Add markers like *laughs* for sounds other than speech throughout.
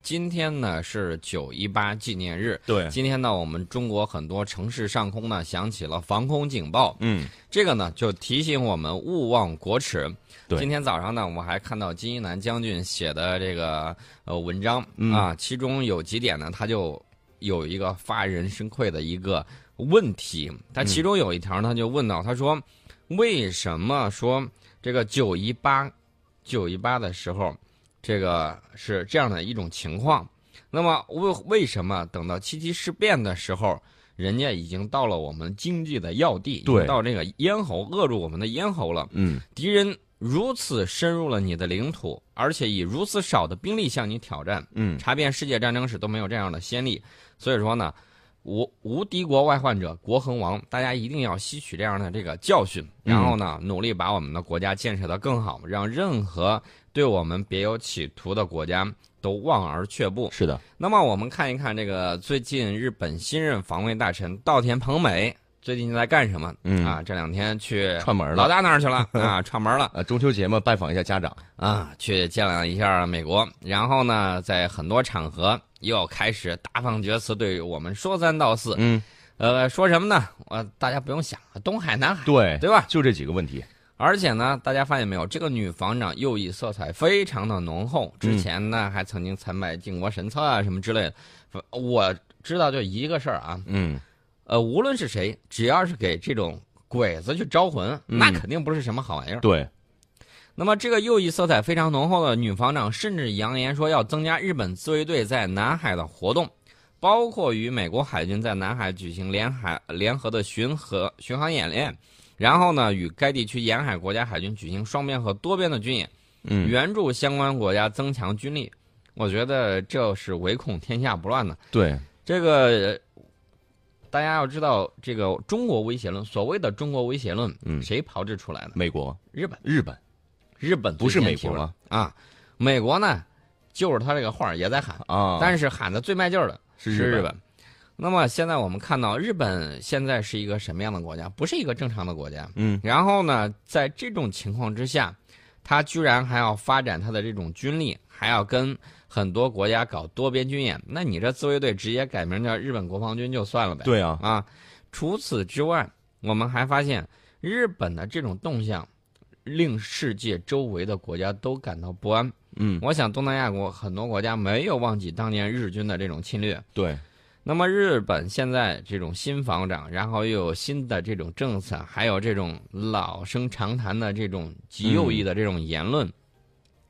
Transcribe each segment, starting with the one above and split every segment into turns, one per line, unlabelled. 今天呢是九一八纪念日，
对，
今天呢我们中国很多城市上空呢响起了防空警报，
嗯，
这个呢就提醒我们勿忘国耻。
对
今天早上呢我们还看到金一南将军写的这个呃文章、
嗯
啊，其中有几点呢他就有一个发人深愧的一个问题，嗯他其中有一条呢他就问到，他说为什么说这个九一八九一八的时候，这个是这样的一种情况。那么为为什么等到七七事变的时候，人家已经到了我们经济的要地，已经
对
到这个咽喉扼住我们的咽喉了？
嗯，
敌人如此深入了你的领土，而且以如此少的兵力向你挑战，
嗯，
查遍世界战争史都没有这样的先例。所以说呢，无无敌国外患者，国恒亡。大家一定要吸取这样的这个教训，然后呢，努力把我们的国家建设得更好，让任何对我们别有企图的国家都望而却步。
是的，
那么我们看一看这个最近日本新任防卫大臣稻田朋美最近在干什么？
嗯
啊，这两天去
串门了
老大那儿去了 *laughs* 啊，串门了
呃，中秋节嘛，拜访一下家长，
啊，去见了一下美国，然后呢，在很多场合又开始大放厥词，对我们说三道四。
嗯，
呃，说什么呢？呃，大家不用想，东海、南海，
对，啊
对吧？
就这几个问题，
而且呢，大家发现没有，这个女防长右翼色彩非常的浓厚。之前呢，还曾经参拜靖国神策啊什么之类的。反我知道就一个事儿啊，
嗯，
呃，无论是谁，只要是给这种鬼子去招魂，那肯定不是什么好玩意儿。
对，
那么，这个右翼色彩非常浓厚的女防长甚至扬言说要增加日本自卫队在南海的活动，包括与美国海军在南海举行联海联合的巡河巡航演练，然后呢，与该地区沿海国家海军举行双边和多边的军演，
嗯，
援助相关国家增强军力。我觉得这是唯恐天下不乱呢。
对，
这个呃大家要知道，这个中国威胁论，所谓的中国威胁论，
嗯
谁炮制出来的？
美国、
日本。
日本
日本
不是
最先
美
提
国
出来
吗？
啊，美国呢，就是他这个话儿也在喊，
啊，
但是喊的最卖劲儿的
是
日
日本
那么现在我们看到，日本现在是一个什么样的国家？不是一个正常的国家。
嗯，
然后呢，在这种情况之下，他居然还要发展他的这种军力，还要跟很多国家搞多边军演。那你这自卫队直接改名叫日本国防军就算了呗。
对啊，
啊。除此之外，我们还发现日本的这种动向，令世界周围的国家都感到不安。
嗯，
我想东南亚国很多国家没有忘记当年日军的这种侵略。
对，
那么日本现在这种新防长，然后又有新的这种政策，还有这种老生常谈的这种极右翼的这种言论，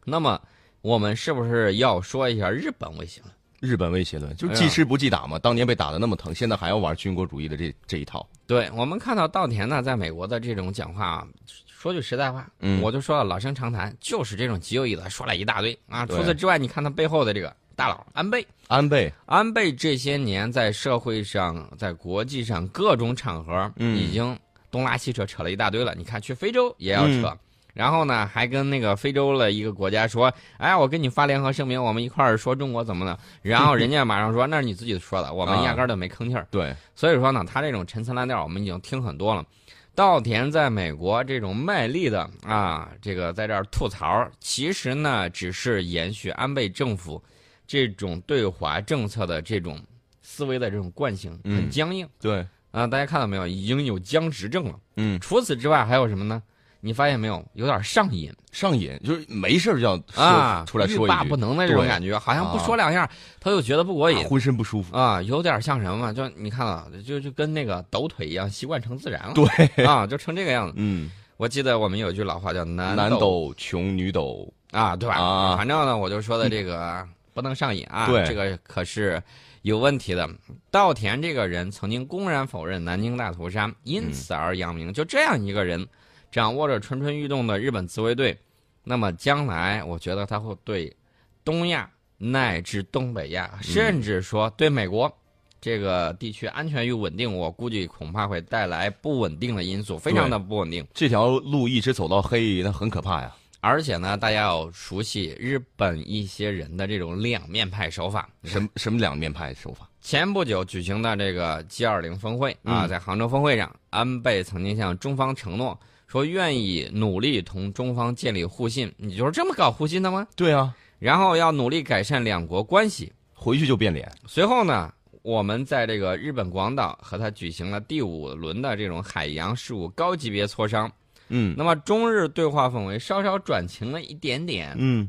那么我们是不是要说一下日本威胁论？
日本威胁论就
哎呀
记吃不记打嘛，当年被打的那么疼，现在还要玩军国主义的这这一套，
对我们看到稻田呢，在美国的这种讲话啊，说句实在话，
嗯
我就说了啊老生常谈，就是这种极右翼的说了一大堆啊。
对
除此之外，你看他背后的这个大佬安倍，
安倍，
安倍这些年在社会上、在国际上各种场合，
嗯
已经东拉西扯扯了一大堆了。你看，去非洲也要
嗯
扯。然后呢，还跟那个非洲的一个国家说：“哎，我跟你发联合声明，我们一块儿说中国怎么了。”然后人家马上说：“那是你自己说的，我们
啊
压根儿就没吭气儿。”
对，
所以说呢，他这种陈词滥调我们已经听很多了。稻田在美国这种卖力的啊，这个在这儿吐槽，其实呢，只是延续安倍政府这种对华政策的这种思维的这种惯性，
嗯
很僵硬
对，
啊、大家看到没有？已经有僵直症了。
嗯，
除此之外还有什么呢？你发现没有？有点上瘾
上瘾，就是没事儿就要说
啊，
出来说
欲罢
一
不
句，
能的这种
对
感觉，好像不
啊
说两下、他就觉得不过瘾
啊。浑身不舒服，
啊，有点像什么嘛？就你看啊，就就跟那个抖腿一样，习惯成自然了。
对
啊，就成这个样子。
嗯，
我记得我们有句老话叫“男
男
抖
抖穷女抖，”
啊，对吧？
啊
反正呢，我就说的这个不能上瘾啊，
对
这个可是有问题的。稻田这个人曾经公然否认南京大屠杀，因此而
嗯
扬名。就这样一个人，掌握着蠢蠢欲动的日本自卫队，那么将来我觉得他会对东亚乃至东北亚，甚至说对美国。这个地区安全与稳定，我估计恐怕会带来不稳定的因素，非常的不稳定。
这条路一直走到黑，那很可怕呀，
而且呢，大家要熟悉日本一些人的这种两面派手法。
什么什么两面派手法，
前不久举行的这个 G 二零峰会啊，
嗯
在杭州峰会上，安倍曾经向中方承诺说愿意努力同中方建立互信。你就是这么搞互信的吗？
对啊，
然后要努力改善两国关系。
回去就变脸，
随后呢，我们在这个日本广岛和他举行了第五轮的这种海洋事务高级别磋商。
嗯
那么中日对话氛围稍稍转晴了一点点。
嗯，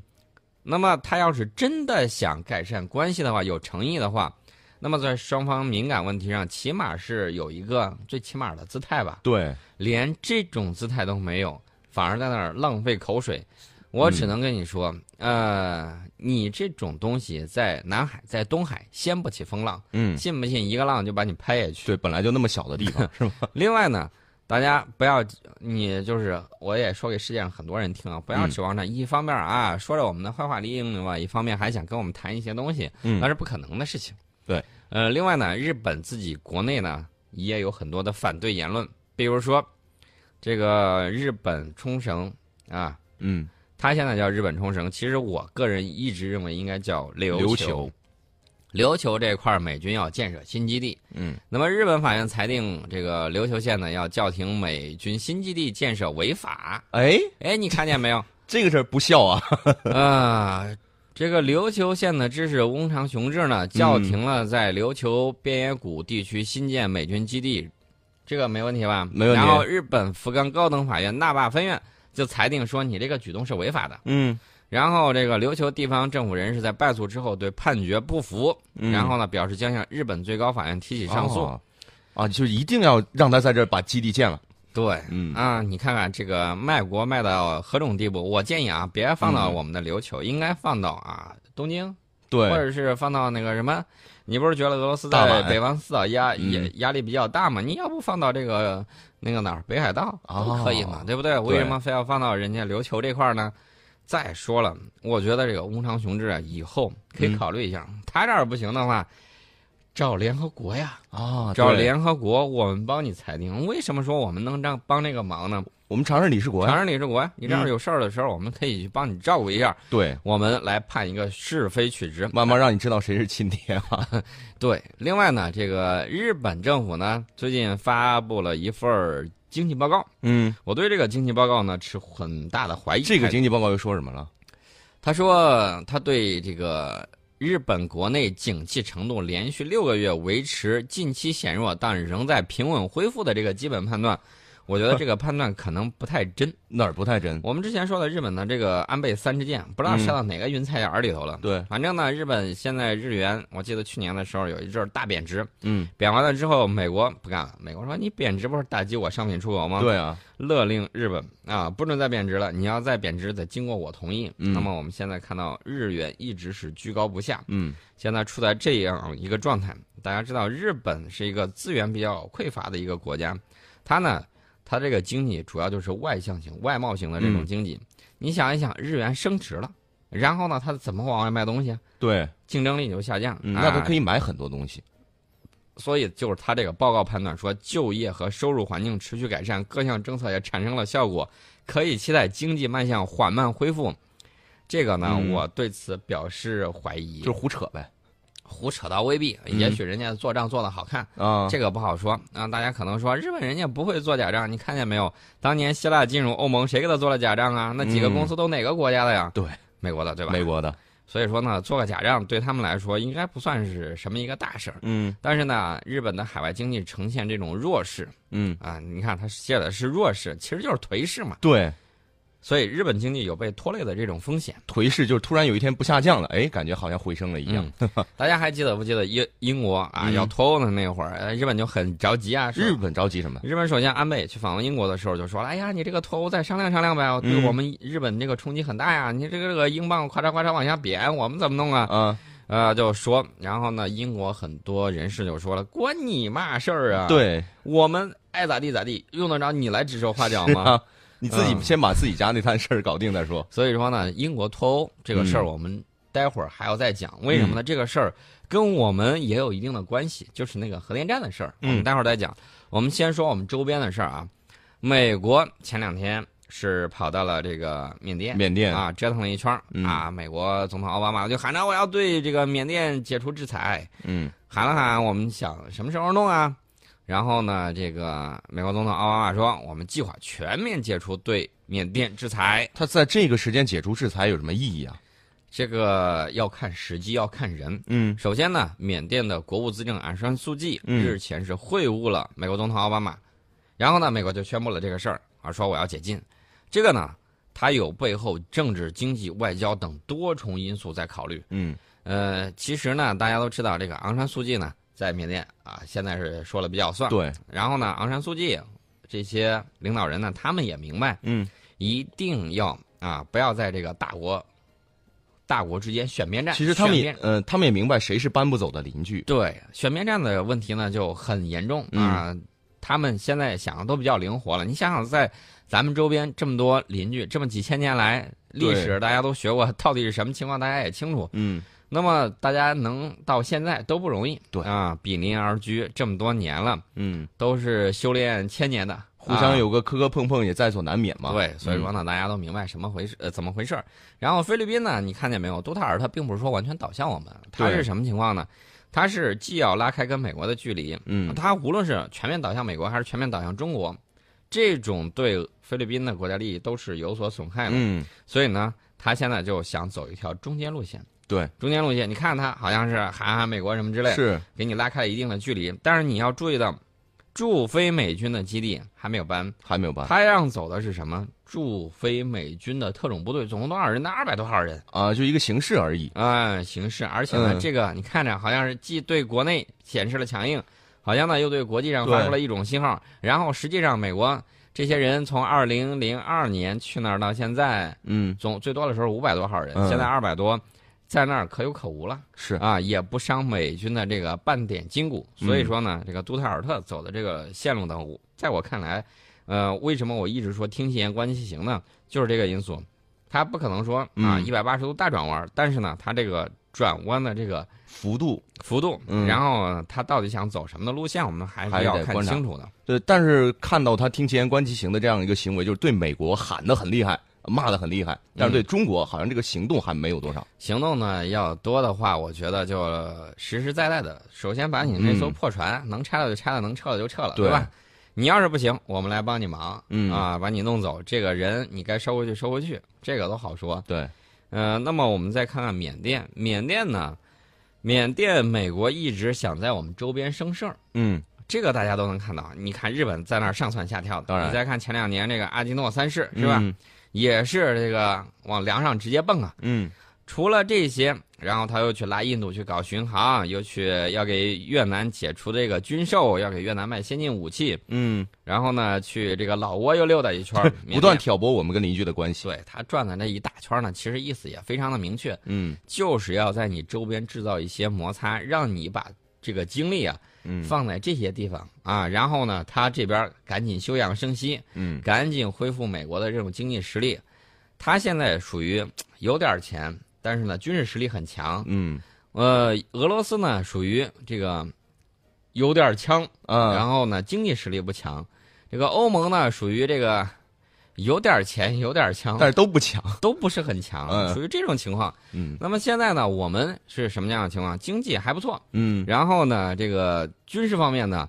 那么他要是真的想改善关系的话，有诚意的话，那么在双方敏感问题上，起码是有一个最起码的姿态吧。
对，
连这种姿态都没有，反而在那儿浪费口水。我只能跟你说，呃，你这种东西在南海、在东海掀不起风浪，
嗯，
信不信一个浪就把你拍下去？
对，本来就那么小的地方 *laughs* 是吧？
另外呢，大家不要，你就是我也说给世界上很多人听啊，不要
嗯
指望着一方面啊说着我们的坏话利用我们吧，一方面还想跟我们谈一些东西，
嗯
那是不可能的事情。
对，
呃，另外呢，日本自己国内呢也有很多的反对言论，比如说这个日本冲绳啊，
嗯，
它现在叫日本冲绳，其实我个人一直认为应该叫琉球
琉球。
琉球这块儿，美军要建设新基地。
嗯，
那么日本法院裁定，这个琉球县呢要叫停美军新基地建设违法。
哎，
哎，你看见没
*laughs*
有？
这个事儿不孝啊，
啊、这个琉球县的知事翁长雄志呢，叫停了在琉球边野古地区新建美军基地，这个没问题吧？
没问题
然后日本福冈高等法院那霸分院就裁定说，你这个举动是违法的。
嗯，
然后这个琉球地方政府人士在败诉之后对判决不服，然后呢表示将向日本最高法院提起上诉。
嗯哦啊，就一定要让他在这儿把基地建了，
对，
嗯
啊，你看看这个卖国卖到何种地步？我建议啊，别放到我们的琉球，应该放到啊东京，或
嗯对，
者是放到那个什么。你不是觉得俄罗斯
大
在
阪
北方四岛压
嗯
压压力比较大吗？你要不放到这个那个哪儿北海道
哦
都可以嘛，对不对？为什么非要放到人家琉球这块儿呢？再说了，我觉得这个翁长雄志啊，以后可以
嗯
考虑一下，他这儿不行的话，找联合国呀。
啊，
找
对，
联合国，我们帮你裁定。为什么说我们能让帮这个忙呢？
我们尝试理事国
常
呀，嗯
任理事国，你这样有事儿的时候，我们可以去帮你照顾一下。
对，
我们来判一个是非曲直。
慢慢让你知道谁是亲爹啊，
对，另外呢，这个日本政府呢，最近发布了一份儿经济报告。
嗯，
我对这个经济报告呢持很大的怀疑。
这个经济报告又说什么了？
他说他对这个日本国内景气程度连续六个月维持近期显弱，但仍在平稳恢复的这个基本判断，我觉得这个判断可能不太真。
哪儿不太真？
我们之前说的日本的这个安倍三支箭，不知
嗯
道射到哪个云彩眼儿里头了。
对，
反正呢，日本现在日元，我记得去年的时候有一阵儿大贬值，
嗯，
贬完了之后，美国不干了。美国说：“你贬值不是打击我商品出口吗？”
对啊，
勒令日本啊，不准再贬值了。你要再贬值，得经过我同意。
嗯
那么我们现在看到日元一直是居高不下，
嗯，
现在处在这样一个状态。大家知道，日本是一个资源比较匮乏的一个国家，它呢，它这个经济主要就是外向型、外贸型的这种
嗯
经济。你想一想，日元升值了，然后呢，它怎么往外卖东西啊？
对，
竞争力就下降，
嗯那他可
以。
以买很多东西，
所以就是他这个报告判断说，就业和收入环境持续改善，各项政策也产生了效果，可以期待经济迈向缓慢恢复。这个呢，
嗯
我对此表示怀疑，
就是胡扯呗
胡扯到未必，
嗯
也许人家做账做得好看，
啊，
这个不好说啊。大家可能说日本人家不会做假账，你看见没有？当年希腊进入欧盟，谁给他做了假账啊？那几个
嗯
公司都哪个国家的呀？
对，
美国的，对吧？
美国的，
所以说呢，做个假账对他们来说应该不算是什么一个大事儿。
嗯
但是呢，日本的海外经济呈现这种弱势
嗯，
啊，你看它写的是弱势，其实就是颓势嘛。
对，
所以日本经济有被拖累的这种风险。
颓势就是突然有一天不下降了，哎，感觉好像回升了一
嗯
样。
大家还记得不记得英英国啊、
嗯
要脱欧的那会儿，呃日本就很着急啊。说
日本着急什么？
日本首相安倍去访问英国的时候就说了：“哎呀，你这个脱欧再商量商量呗，对
嗯
我们日本这个冲击很大呀。你这个这个英镑咔嚓咔嚓往下贬，我们怎么弄啊？”
啊，
呃，就说，然后呢，英国很多人士就说了：“关你嘛事儿啊？，
对，
我们爱咋地咋地，用得着你来指手画脚吗？”
啊， *laughs* 你自己
嗯
先把自己家那摊事儿搞定再说。
所以说呢，英国脱欧这个事
嗯
儿，我们待会儿还要再讲。为什么呢？这个事儿跟我们也有一定的关系，就是那个核电站的事儿，我
嗯
们待会儿再讲。我们先说我们周边的事儿啊。美国前两天是跑到了这个缅甸，
缅甸，
啊折腾了一圈儿、
嗯
啊。美国总统奥巴马就喊着我要对这个缅甸解除制裁，
嗯
喊了喊，我们想什么时候弄啊？然后呢，这个美国总统奥巴马说，我们计划全面解除对缅甸制裁。
他在这个时间解除制裁有什么意义啊？
这个要看时机，要看人。
嗯
首先呢，缅甸的国务资政昂山素季
嗯
日前是会晤了美国总统奥巴马，然后呢，美国就宣布了这个事儿啊，说我要解禁。这个呢，它有背后政治、经济、外交等多重因素在考虑。
嗯
呃，其实呢，大家都知道这个昂山素季呢，在缅甸啊，现在是说了比较算。
对
然后呢，昂山素季这些领导人呢，他们也明白，
嗯
一定要啊，不要在这个大国大国之间选边站。
其实他们
选
也
边
呃他们也明白谁是搬不走的邻居。
对选边站的问题呢就很严重
嗯
啊。他们现在想的都比较灵活了。你想想，在咱们周边这么多邻居，这么几千年来历
对
史，大家都学过，到底是什么情况，大家也清楚。
嗯
那么大家能到现在都不容易，
对
啊，比邻而居这么多年了，
嗯，
都是修炼千年的，
互相
有。
有个磕磕碰碰也在所难免嘛。
啊
嗯
对，所以说呢，大家都明白什么回事，呃，怎么回事儿。然后菲律宾呢，你看见没有？杜特尔他并不是说完全倒向我们，他
对
是什么情况呢？他是既要拉开跟美国的距离，
嗯，
他无论是全面倒向美国还是全面倒向中国，这种对菲律宾的国家利益都是有所损害的。
嗯
所以呢，他现在就想走一条中间路线。
对，
中间路线，你看他好像是喊喊美国什么之类，
是
给你拉开了一定的距离。但是你要注意到，驻菲美军的基地还没有搬。
还没有搬
他让走的是什么？驻菲美军的特种部队，总共多少人呢？二百多号人
啊，就一个形式而已。
啊、形势。而且呢，
嗯
这个你看着好像是既对国内显示了强硬，好像呢又对国际上发
对
出了一种信号。然后实际上，美国这些人从二零零二年去那儿到现在，
嗯，
总最多的时候五百多号人，
嗯
现在二百多，在那儿可有可无了。
是
啊，也不伤美军的这个半点筋骨。所以
嗯
说呢，这个杜特尔特走的这个线路呢，我在我看来，呃，为什么我一直说听信言观其行呢？就是这个因素，他不可能说啊
嗯
一百八十度大转弯，但是呢，他这个转弯的这个
幅度。
幅度，
嗯
然后他到底想走什么的路线，我们还
还
是
是
要
得
看
观察
清楚的。
对，呃但是看到他听其言观其行的这样一个行为，就是对美国喊得很厉害，骂得很厉害，但是对中国好像这个行动还没有多少。
行动呢要多的话，我觉得就实实在在的，首先把你那艘
嗯
破船、能拆了就拆了，能撤了就撤了，
对
对吧？你要是不行，我们来帮你忙，
嗯
啊，把你弄走。这个人你该收回去收回去，这个都好说。
对，
呃，那么我们再看看缅甸，缅甸呢，缅甸美国一直想在我们周边生事儿，
嗯，
这个大家都能看到。你看日本在那儿上蹿下跳的，
当然嗯
你再看前两年这个阿基诺三世是吧，？也是这个往梁上直接蹦啊。
嗯，
除了这些，然后他又去拉印度去搞巡航，又去要给越南解除这个军售，要给越南卖先进武器，
嗯，
然后呢，去这个老挝又溜达一圈儿，
不断挑拨我们跟邻居的关系。
对他转的那一大圈呢，其实意思也非常的明确，
嗯
就是要在你周边制造一些摩擦，让你把这个精力啊
嗯
放在这些地方啊，然后呢，他这边赶紧休养生息，
嗯，
赶紧恢复美国的这种经济实力。他现在属于嘖有点儿钱，但是呢，军事实力很强。
嗯
呃，俄罗斯呢属于这个有点儿枪，
啊，
然后呢，经济实力不强。这个欧盟呢，属于这个有点钱、有点枪，
但是都不强。
都不是很强，
嗯
属于这种情况。
嗯
那么现在呢，我们是什么样的情况？经济还不错，
嗯
然后呢，这个军事方面呢，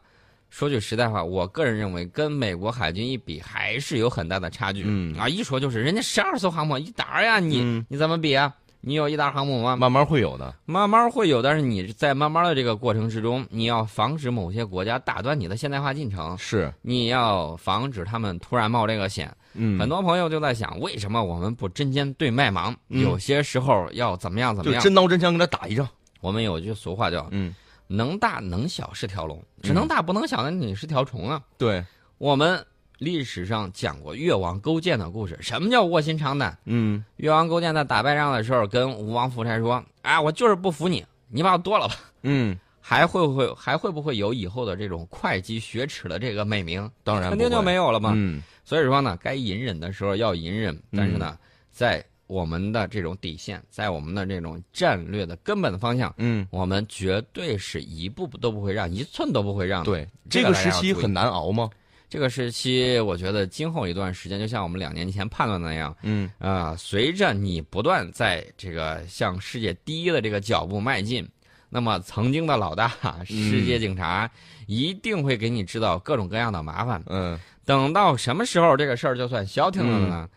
说句实在话，我个人认为跟美国海军一比，还是有很大的差距。
嗯
啊，一说就是人家十二艘航母一打呀，你、
嗯
你怎么比啊？你有一打航母吗？
慢慢会有的。
慢慢会有，但是你在慢慢的这个过程之中，你要防止某些国家打断你的现代化进程，
是，
你要防止他们突然冒这个险。
嗯
很多朋友就在想，为什么我们不针尖对麦芒？
嗯
有些时候要怎么样怎
就
么样？
真刀真枪跟他打一仗。
我们有一句俗话叫
嗯，
“能大能小是条龙，只能大不能小，那你是条虫啊
对，”。
我们历史上讲过越王勾践的故事。什么叫卧薪尝胆？
嗯
越王勾践在打败仗的时候，跟吴王夫差说：“啊，我就是不服你，你把我剁了吧。”
嗯，
还会不会还会不会有以后的这种会稽雪耻的这个美名？
当然
肯定就没
有
有了嘛。
嗯
所以说呢，该隐忍的时候要隐忍，但是呢，在我们的这种底线，在我们的这种战略的根本的方向，
嗯，
我们绝对是一步步都不会让，一寸都不会让的。
对，
啊这
这
个
个
大家
时
要
期
注意
很难熬吗？
这个时期，我觉得今后一段时间，就像我们两年前判断的那样，
嗯
啊、随着你不断在这个向世界第一的这个脚步迈进，那么曾经的老大世界警察一定会给你制造各种各样的麻烦。
嗯
等到什么时候这个事儿就算消停了呢？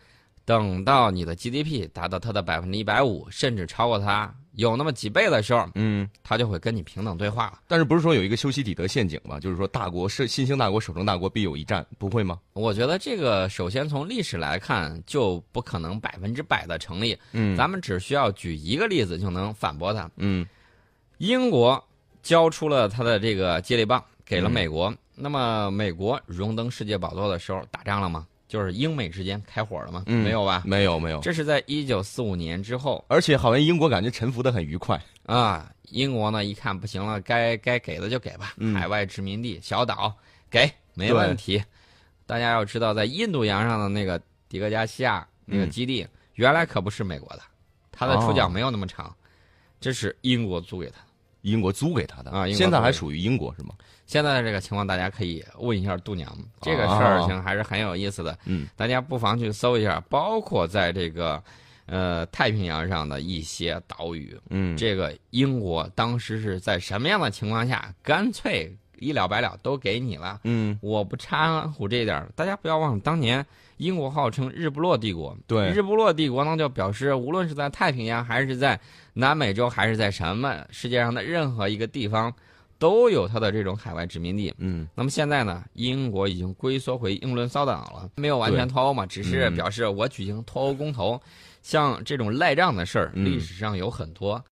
等到你的 GDP 达到它的百分之一百五，甚至超过它有那么几倍的时候，
嗯，
它就会跟你平等对话了。
但是不是说有一个修昔底德陷阱嘛？就是说大国是新兴大国，守成大国必有一战，不会吗？
我觉得这个首先从历史来看，就不可能百分之百的成立。
嗯
咱们只需要举一个例子就能反驳它。
嗯
英国交出了他的这个接力棒给
嗯
了美国，那么美国荣登世界宝座的时候打仗了吗？就是英美之间开火了吗？
嗯
没有吧？
没有没有，
这是在一九四五年之后
而且好像英国感觉臣服的很愉快。
啊，英国呢一看不行了，该该给的就给吧，
嗯
海外殖民地小岛给没问题。大家要知道，在印度洋上的那个迪戈加西亚那
嗯
个基地，原来可不是美国的，它的触角没有那么长，这是英国租给他的。
英国租给他的
啊英国
现在
租
还
给
属于英国是吗？
现在的这个情况，大家可以问一下度娘，这个事儿情还是很有意思的。
嗯，
大家不妨去搜一下，包括在这个呃太平洋上的一些岛屿，
嗯
这个英国当时是在什么样的情况下，干脆一了百了都给你了。
嗯，
我不掺和这一点儿，大家不要忘了，当年英国号称日不落帝国，
对
日不落帝国呢就表示，无论是在太平洋，还是在南美洲，还是在什么世界上的任何一个地方，都有它的这种海外殖民地。
嗯，
那么现在呢，英国已经龟缩回英伦骚岛了，没有完全脱欧嘛，只是
嗯
表示我举行脱欧公投。像这种赖账的事儿，
嗯
历史上有很多，